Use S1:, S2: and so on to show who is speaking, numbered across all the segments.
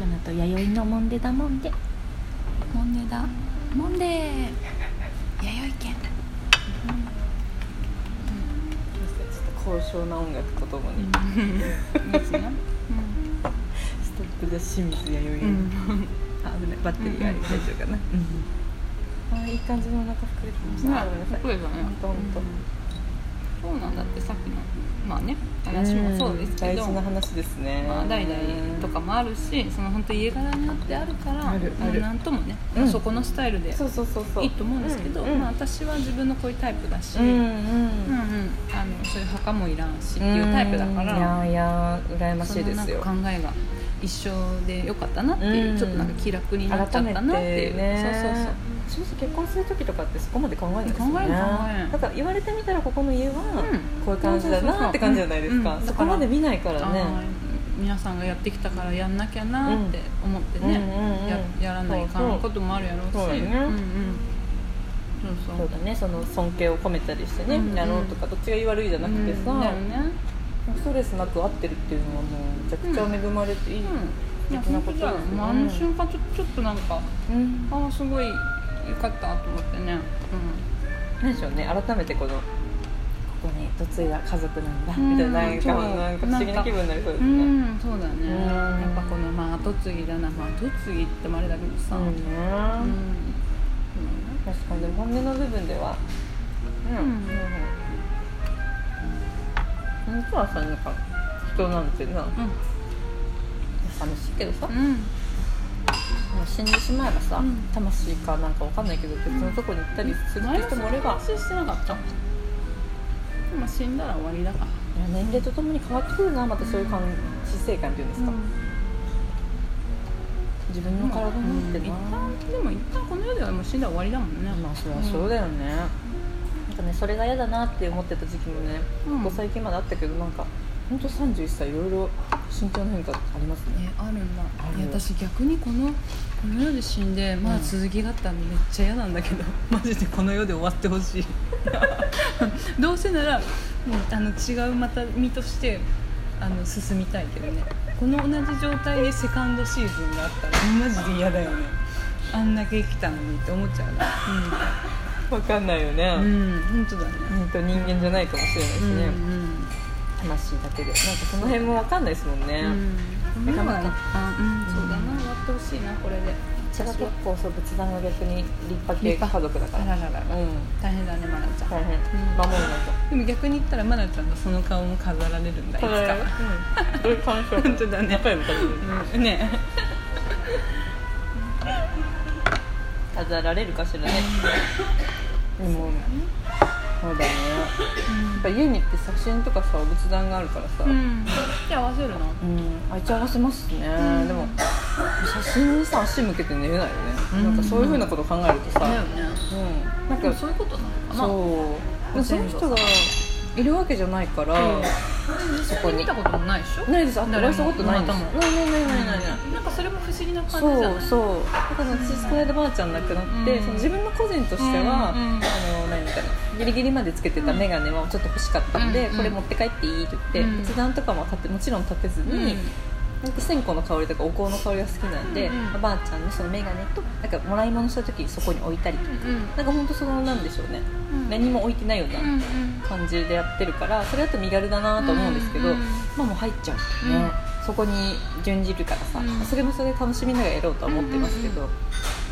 S1: ナナと弥生のもんでだもんで
S2: モンデだモンデー弥生県
S3: ちょっと高尚な音楽とともに、ス
S2: ですね
S3: トップで清水弥生、
S2: うん、うん、
S3: あ危ないバッテリーがあり大丈夫かな、あーいい感じのお腹膨れてきました、
S2: まあ
S3: ごめんなさい
S2: そうですよね
S3: ほんとほんと
S2: そうなんだってさっきのまあね話もそうですけ
S3: 大
S2: ど、
S3: 事な話ですね、
S2: まあ、代々とかもあるしその本当家柄によってあるから
S3: ある
S2: ま
S3: ある
S2: なんともね、
S3: うん
S2: そこのスタイルで
S3: そうそうそうそう
S2: いいと思うんですけど、
S3: うんうん
S2: まあ、私は自分のこういうタイプだし、
S3: うんう
S2: うん
S3: ん
S2: うん、あのそういう墓もいらんしっていうタイプだから、
S3: いやいや羨ま
S2: そ
S3: しい
S2: の
S3: で
S2: なん
S3: す
S2: か
S3: よ
S2: 考えが一緒でよかったなっていう、
S3: うん
S2: ちょっとなんか気楽になっちゃ
S3: 改
S2: っ
S3: め
S2: た
S3: て
S2: なっていうそうそう
S3: ね
S2: そう
S3: 正直結婚する時とかってそこまで考えないですよね
S2: 考える考える
S3: だから言われてみたらここの家は
S2: う
S3: こういう感じだ
S2: そうそうそうそう
S3: なって感じじゃないです
S2: う
S3: か
S2: ん
S3: そこまで見ないか
S2: あ
S3: ら
S2: ー
S3: ね
S2: 皆さんがやってきたからやんなきゃなって思ってね、
S3: うんうんうん
S2: ややらないかんこともあるやろうし
S3: そうそうだね
S2: んうん、そう
S3: そ
S2: そう
S3: うだねその尊敬を込めたりして
S2: うんうん
S3: ねやろうとかどっちが言い悪いじゃなくてさ
S2: うんだよね
S3: ストレスなく合ってるっていうのはもうめちゃくちゃ恵まれていい
S2: うんいや本当じゃ
S3: うん
S2: もうあの瞬間ちょちょっとなんか
S3: うん
S2: ああすごいよかったと思ってね、
S3: 何でしょうね改めてこのここに嫁いだ家族なんだ
S2: うん
S3: みたいななんか
S2: そう
S3: なんか不思議な気分になりそうです
S2: うん
S3: ね
S2: うんそうだね、
S3: うん
S2: やっぱこのまあ後継ぎだなまあ後継ぎってもあれだけどさ、
S3: そうね
S2: うん
S3: 確かにでも本音の部分ではうん
S2: うん
S3: うん実はさなんか人なんてな寂しいけどさ、
S2: うん
S3: もう死んでしまえばさ、
S2: うん
S3: 魂かなんかわかんないけど別のとこに行ったりする
S2: 前
S3: 人
S2: も
S3: もい
S2: 俺
S3: れ
S2: が
S3: ば、
S2: 話してなかった今死んだら終わりだから
S3: いや年齢とともに変わってくるなまたそういう感じ死生観っていうんですか、自分の体になって
S2: 一
S3: な、
S2: 旦でも一旦この世ではもう死んだら終わりだもんね
S3: まあそりゃそうだよね、なんかねそれが嫌だなって思ってた時期もね、
S2: うん
S3: ここ最近まであったけどなんかほんと31歳いろいろ心境の変化ありますね
S2: ね、あるんだ
S3: ある
S2: いや私逆にこのこの世で死んでまだ続きがあったらめっちゃ嫌なんだけど、 マジでこの世で終わってほしい どうせならもうあの違うまた身としてあの進みたいけどねこの同じ状態でセカンドシーズンがあったらマジで嫌だよねあんだけ生きたのにって思っちゃうな
S3: わかんないよね
S2: うん、うん、本当だね
S3: うんと人間じゃないかもしれないし
S2: うん
S3: ね、
S2: うん
S3: 魂だけでなんかその辺もわかんないですもんね、
S2: うん、この世は一旦うんそうだな終わってほしいなこれで
S3: うちは結構そう仏壇が逆に立派系
S2: 立派
S3: 家族だか
S2: あ
S3: ら
S2: ららら
S3: うん
S2: 大変だねマナちゃん
S3: 大変
S2: うん
S3: 守らない
S2: でも逆に言ったらマナちゃんのその顔も飾られるんだい
S3: と
S2: つか、
S3: うんどういう感想
S2: 本当だね
S3: 仲良く食べる
S2: うん、ね
S3: 飾られるかしらねでもそうだねやっぱ家に行って写真とかさお仏壇があるからさ、
S2: うんじゃあ合わせるの
S3: うん、あいつ合わせますね、
S2: ん
S3: でも写真にさ足向けて寝れないよね、
S2: うん
S3: なんかそういうふうなこと考えるとさ、
S2: だよね
S3: うん、なん
S2: で
S3: か
S2: もそういうことなのかな
S3: そうでもその人がいるわけじゃないから、
S2: うん
S3: そ
S2: こ
S3: こ
S2: れ
S3: に
S2: 見たこともないでしょ
S3: ないですあったらしたことないんです
S2: 誰も
S3: ないないないないないない
S2: なんかそれも不思議な感じじゃ
S3: そ
S2: な
S3: う
S2: い
S3: そうだから私この間ばあちゃん亡くなって、
S2: うん
S3: その自分の個人としては、
S2: うんうん
S3: あの何かなギリギリまでつけてた眼鏡はちょっと欲しかったんで、
S2: うん
S3: これ持って帰っていいと言って、
S2: うん
S3: 仏壇とかも立てもちろん立てずに、
S2: うん
S3: なんか線香の香りとかお香の香りが好きなんで、
S2: うんうん
S3: ばあちゃんのその眼鏡となんかもらい物した時にそこに置いたりとか、
S2: うん
S3: なんか本当そのなんでしょうね、
S2: うん
S3: 何も置いてないような
S2: うんうん
S3: 感じでやってるからそれだと身軽だなと思うんですけど、
S2: うんうん
S3: まあもう入っちゃうからね、そこに準じるからさ、
S2: うん
S3: それもそれで楽しみながらやろうとは思ってますけど、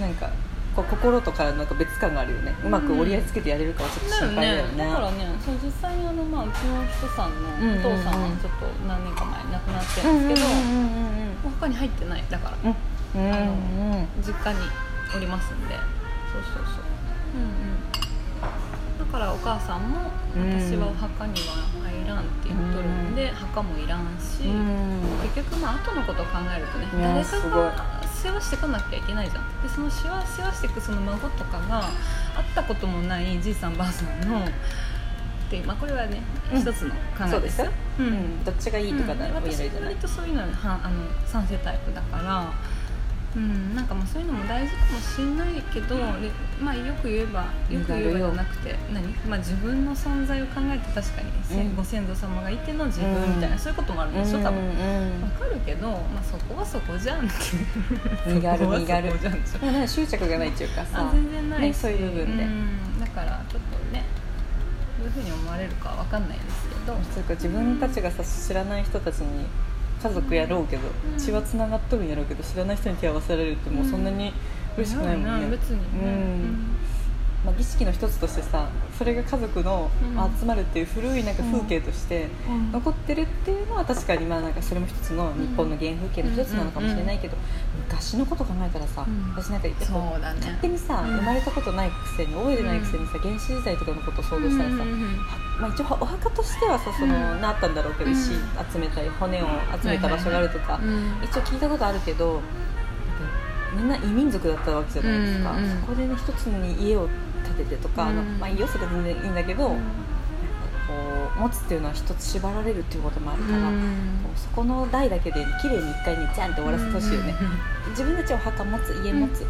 S3: なんかこう心と体のなんか別感があるよね、うまく折り合いつけてやれるかはちょっと心配だよね
S2: だからねそう実際にあの、まあ、うちの人さんのお
S3: うんうん
S2: 父さんはちょっと何年か前に亡くなって
S3: う
S2: る
S3: んうんん
S2: ですけど、
S3: うん
S2: 他に入ってないだから
S3: うんうんうんうん
S2: 実家におりますんでそうそうそううんうんだからお母さんも
S3: うん
S2: 私はお墓には入らんって言っとるんで、墓もいらんし、結局まあ後のことを考えるとね
S3: いや
S2: 誰
S3: すご
S2: か
S3: い
S2: が世話していかなきゃいけないじゃんでその世話世話していくその孫とかが会ったこともないじいさんばあさんのっていうまあこれはね、
S3: うん
S2: 一つの
S3: そ
S2: 考え
S3: う
S2: で
S3: ですす
S2: よ
S3: よ、
S2: う
S3: うんどっちがいいとかならお偉い
S2: 私
S3: じゃない
S2: 割とそういうのはあの賛成タイプだからうん、なんかまあそういうのも大事かもしれないけど、でまあ、よく言えばよく言えばじゃなくて何、まあ、自分の存在を考えて確かに、せ
S3: うん
S2: ご先祖様がいての自分みたいな、
S3: うん
S2: そういうこともあるでしょ多分。わかるけど、まあ、そこはそこじゃんっていう
S3: 身軽
S2: そこは
S3: 身軽
S2: そこじゃんでしょ
S3: うん、執着がないっていうか
S2: あ
S3: さ
S2: 全然ないし、
S3: ね、そういう部分で、
S2: うんだからちょっとねどういうふうに思われるかわかんないですけど
S3: そうか自分たちがさ知らない人たちに家族やろうけど、
S2: うん
S3: 血はつながっとるんやろうけど知らない人に手を合わせられるってもうそんなに嬉しくないもんね、
S2: 別にね、
S3: うんまあ、儀式の一つとしてさそれが家族の
S2: うん
S3: 集まるっていう古いなんか風景として
S2: うん
S3: 残ってるっていうのは確かにまあなんかそれも一つの日本の原風景の一つなのかもしれないけど昔のこと考えたらさ
S2: うん
S3: 私なんかやっぱ
S2: そうだね
S3: 勝手にさ
S2: うん
S3: 生まれたことないくせに覚えてないくせにさ原始時代とかのことを想像したらさ
S2: うんうんうん
S3: まあ、一応お墓としてはさその、
S2: うん
S3: なったんだろうけど
S2: うん
S3: 石集めたり骨を集めた場所があるとか、
S2: うん
S3: 一応聞いたことあるけどみんな異民族だったわけじゃないですか、
S2: うんうん
S3: そこで、ね、一つに家を建ててとか、あの
S2: うん
S3: まあ、いいよそれで全然いいんだけど、こう持つっていうのは一つ縛られるっていうこともあるから、こうそこの代だけで綺麗に一回にジャンって終わらせてほしいよね、自分たちお墓持つ家持つ、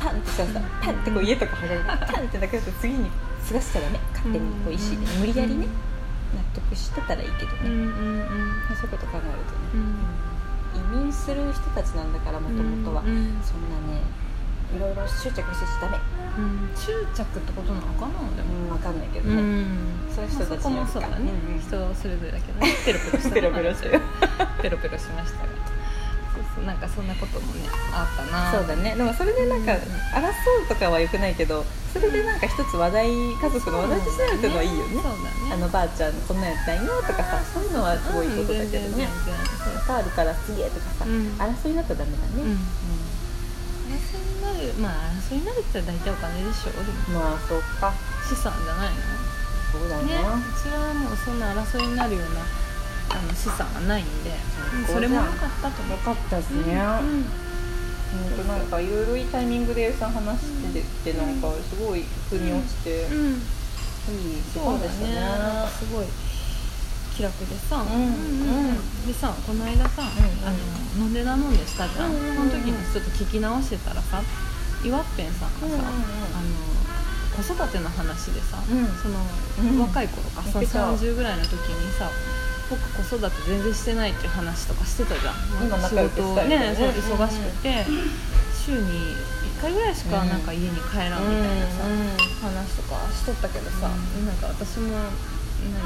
S3: パンってしたらさパンってこう家とか剥がれてパンってなくなって次に過ごしたらね勝手にこう意思で無理やりね納得してたらいいけどね、
S2: うんうんうんうん
S3: そういうこと考えるとね
S2: うん
S3: 移民する人たちなんだからもともとは、
S2: うん
S3: そんなねいろいろ執着してちゃダメ、
S2: うん執着ってことなのかなで
S3: うん、
S2: も、
S3: 分かんないけど
S2: う
S3: ね、
S2: ん
S3: そういう人たち
S2: そこもそうだね、
S3: うんうん
S2: 人それぞれだけどねペロペロした
S3: ペロペロしてる
S2: ペロペロしましたがそうそうなんかそんなこともねあったな
S3: そうだねでもそれでなんか
S2: う
S3: 争
S2: ん
S3: うとかは良くないけどそれでなんか一つ話題家族の話題としてなるっていうのはいいよね
S2: そうだね
S3: あのばあちゃんこんなんやったんよとかさそういうのはすごいことだけどね、パールからすげえとかさ、
S2: うん
S3: 争いになったらダメだね、
S2: うんうん争いになるまあ争いになるって言ったら大体お金でしょでも
S3: うんまあそっか
S2: 資産じゃないの
S3: そうだよ
S2: ね、
S3: ね
S2: うちはもうそんな争いになるようなあの資産はないんで、
S3: うん
S2: それも良かったと思
S3: よ
S2: う
S3: かったです
S2: うん
S3: ね、
S2: うん
S3: ほんとなんかいろいろいいタイミングでさ話してて、なんかすごい腑に落ちて、いい
S2: うん
S3: 時
S2: そう
S3: 間
S2: だ
S3: でした
S2: ね
S3: ね
S2: なんかすごい気楽でさ、
S3: うん
S2: でさこの間さ、
S3: ん
S2: あの飲んでな飲んでしたじゃん、
S3: うんうんうん
S2: その時にちょっと聞き直してたらさ岩っぺんさんがさ、
S3: うんうんうん
S2: あの子育ての話で
S3: う
S2: さ、
S3: ん
S2: その、
S3: うん
S2: 若い頃かさ
S3: 言ってた
S2: 30ぐらいの時にさ僕子育て全然してないっていう話とかしてたじゃん
S3: 今仲良く
S2: 仕
S3: し
S2: 事
S3: たよね
S2: ねそ
S3: う
S2: う
S3: んうんうん
S2: 忙しくて、週に1回ぐらいしかなんか家に帰らんみたいなさ、話とかしとったけどさ、
S3: うん
S2: なんか私 も何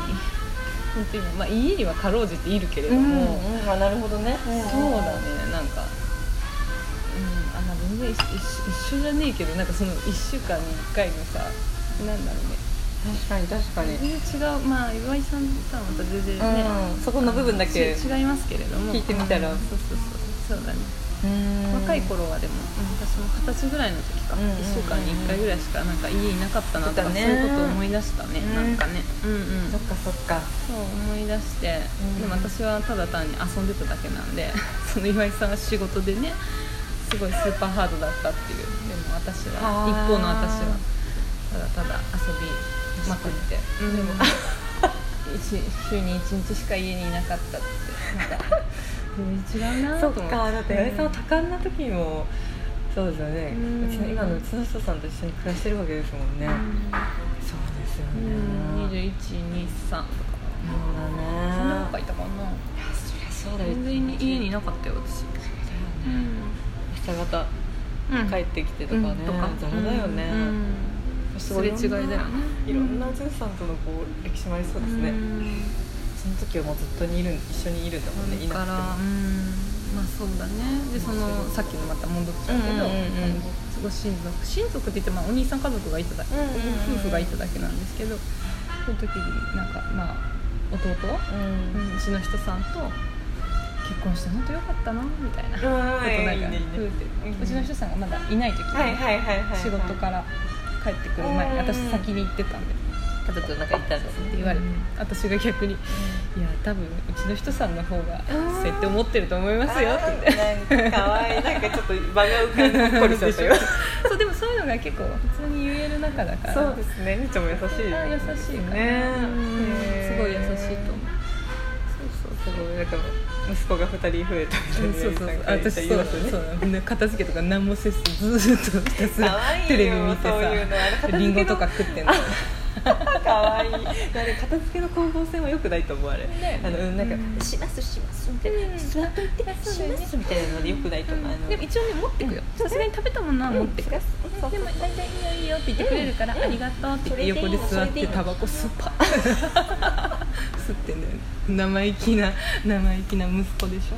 S2: 本当にまあ家にはかろうじているけれども、
S3: うんうんあなるほどね
S2: そうだねなんか、うん、あまあ全然一一一緒じゃねえけどなんかその1週間に1回のさなんだろうね
S3: 確かに確かに
S2: 全然違うまあ岩井さんとはまた全然ね、
S3: うんそこの部分だけ
S2: ち違いますけれども
S3: 聞いてみたら
S2: うんそうそうそうそうだね
S3: うん
S2: 若い頃はでもうん私も二十歳ぐらいの時か、
S3: うんうんうんうん
S2: 1週間に1回ぐらいしかなんか家いなかったなとか
S3: そうだね
S2: そういうことを思い出したね、
S3: うん
S2: なんかね、うんうん、
S3: そうっ
S2: そ
S3: かそっか
S2: 思い出して、
S3: うん
S2: でも私はただ単に遊んでただけなんで その岩井さんは仕事でねすごいスーパーハードだったっていうでも私
S3: あ
S2: は
S3: ー
S2: 一方の私はただただ遊びまくって、うんでも 一週に1日しか家にいなかったってなんか 全然違うなと
S3: そ
S2: 思
S3: っ
S2: って
S3: かだって八重さんは多感な時もそうですよね
S2: うん
S3: うちの今のうちの人さんと一緒に暮らしてるわけですもんねそうですよ
S2: う
S3: ね
S2: ん、2123と
S3: そ
S2: か
S3: う
S2: そん
S3: だ
S2: なの
S3: ね
S2: がいたかない
S3: やそりゃそうだよ
S2: 全然家にいなかったよ私
S3: 朝方
S2: うん
S3: 帰ってきてとかね、ザラだよね、
S2: すごい違いだよね
S3: いろんなおじさんとのこう歴史もありそうですね、その時はもうずっとにいる一緒にいるんだもんねい
S2: だからうん
S3: な
S2: まあそうだねでそのさっきのまた戻っちゃうけど、
S3: うんうんうん
S2: あのご親族親族って言って、まあ、お兄さん家族がいただけ、
S3: うんうんうん
S2: 夫婦がいただけなんですけどその時になんかまあ弟、
S3: くても
S2: うちの人さんと結婚して本当よかったなみたいな
S3: うんうん
S2: ことなん
S3: いい
S2: か
S3: ねいいね
S2: 夫婦
S3: うん
S2: うちの人さんがまだいない時に
S3: はいはいはいはい
S2: 仕事から帰ってくる前
S3: うん
S2: に私先に行ってたんで
S3: 家族の中行ったんです
S2: って言われて私が逆に「いや多分うちの人さんの方がそうやって思ってると思いますよ」って言っ
S3: な
S2: て。
S3: んかかわいいなんかちょっと場が浮 かんでほっこりしちゃったよ
S2: そうでもそういうのが結構普通に言える中だから
S3: そうですねみっちゃんも優しい
S2: 優しいから
S3: ね
S2: ねうんすごい優しいと思う
S3: すごいなんか息子が二人増えたみたい
S2: うん
S3: な
S2: そうそうそう
S3: なんか言
S2: 私
S3: い
S2: そう
S3: ま
S2: だ
S3: すよね
S2: そうだね片付けとか何もせずずーっとひたす
S3: からわいいよ
S2: テレビ見て
S3: そういうのあれ片付け
S2: さ
S3: の
S2: リンゴとか食ってんの
S3: かわいいあれ片付けの光合成も良くないと思うあれ、あのうんなんか
S2: うん
S3: 「しますします」みたいな
S2: う
S3: 「
S2: ん
S3: 座っといて
S2: そ
S3: し
S2: うだよね
S3: ます」みたいなので良くないと思う、あの
S2: でも一応ね持ってくよさすがに食べたものは持ってくよ
S3: うんそうそう
S2: でも大体いいよいいよって言ってくれるからありがとうって言って
S3: そ
S2: 横
S3: れでいい
S2: で
S3: の
S2: 座っ
S3: それでい
S2: て
S3: いの
S2: タバコ吸っぱ 吸ってんだよね生意気な生意気な息子でしょ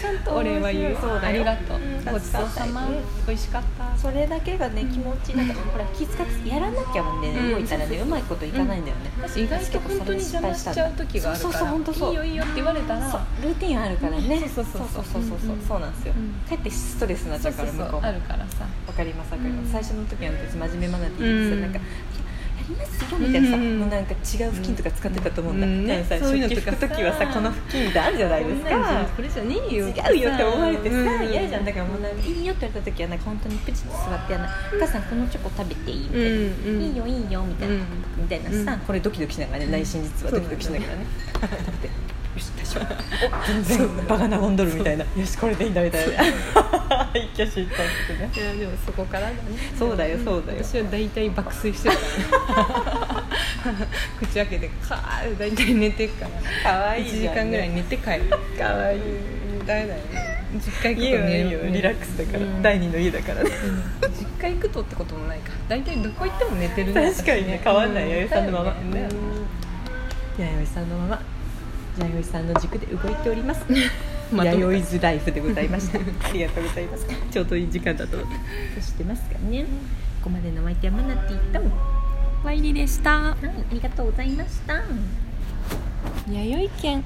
S3: ちゃんと
S2: お礼は言う
S3: そうだよ
S2: ありがとうごちそうさま
S3: うん
S2: 美味しかった
S3: それだけがね気持ちいいなんかほら気使ってやらなきゃもね
S2: うん
S3: 動いたらねうまいこといかないんだよね
S2: 私意外と本当に邪魔しちゃう時がある
S3: そう
S2: か
S3: そう
S2: ら
S3: 本当そう
S2: いいよいいよって言われた
S3: そう
S2: ら
S3: ルーティンあるからね
S2: そうそうそう
S3: そうそうそうそう
S2: うん
S3: そうなんですよ
S2: うん
S3: かえってストレスになっち
S2: そ
S3: ゃ
S2: う
S3: うか
S2: そう
S3: ら向
S2: そう
S3: こう
S2: あるからさ
S3: わかりますわかります最初の時は私真面目マナティーです
S2: うん
S3: なんかいややりますよみたいなさ
S2: うん
S3: もうなんか違う布巾とか使ってたと思うんだ
S2: うんね
S3: なんかさ
S2: そういうの
S3: 食器
S2: とか
S3: 拭
S2: さ
S3: く時はさこの布巾みたいなのあるじゃないです
S2: こんなん
S3: か
S2: じゃこれじゃねえよ
S3: 違うよって思われてさ、
S2: うん
S3: 嫌じゃんだからもうなんか「いいよ」って言われた時はなんか本当にプチッと座ってやんな「お母さんこのチョコ食べていい?」みたいな「
S2: うんうん
S3: いいよいいよ」みたいな、
S2: うん
S3: みたいなさ、
S2: うん
S3: これドキドキしながらね内心実はドキドキしながらね食べて。よし大丈夫お全然場が和んどるみ たいなよしこれでいいんだみたい な一挙手一投足ね
S2: いやでもそこからだね
S3: そうだよそうだよ
S2: 私は大体爆睡してるからね口開けてカーって大体寝てるから
S3: かわいい
S2: 1
S3: じ
S2: 時
S3: ゃんね
S2: 間ぐらい寝て帰る
S3: かわいい
S2: だめだよね実家行く
S3: 家
S2: と
S3: は
S2: 寝
S3: ね
S2: る
S3: いいよリラックスだから、
S2: うん
S3: 第二の家だからね
S2: うん実家行くとってこともないか大体どこ行っても寝てる
S3: 確かにね変わんない弥生さんのまま
S2: うんだよね
S3: 弥生さんのまま弥生さんの軸で動いており ます
S2: まとめた
S3: 弥生ズライフでございました ありがとうございますちょうどいい時間 だと思ってそしてますかねここまでのお相手はマナティーとは
S2: ワイリでした
S3: いあ りがとうございました
S2: 弥生県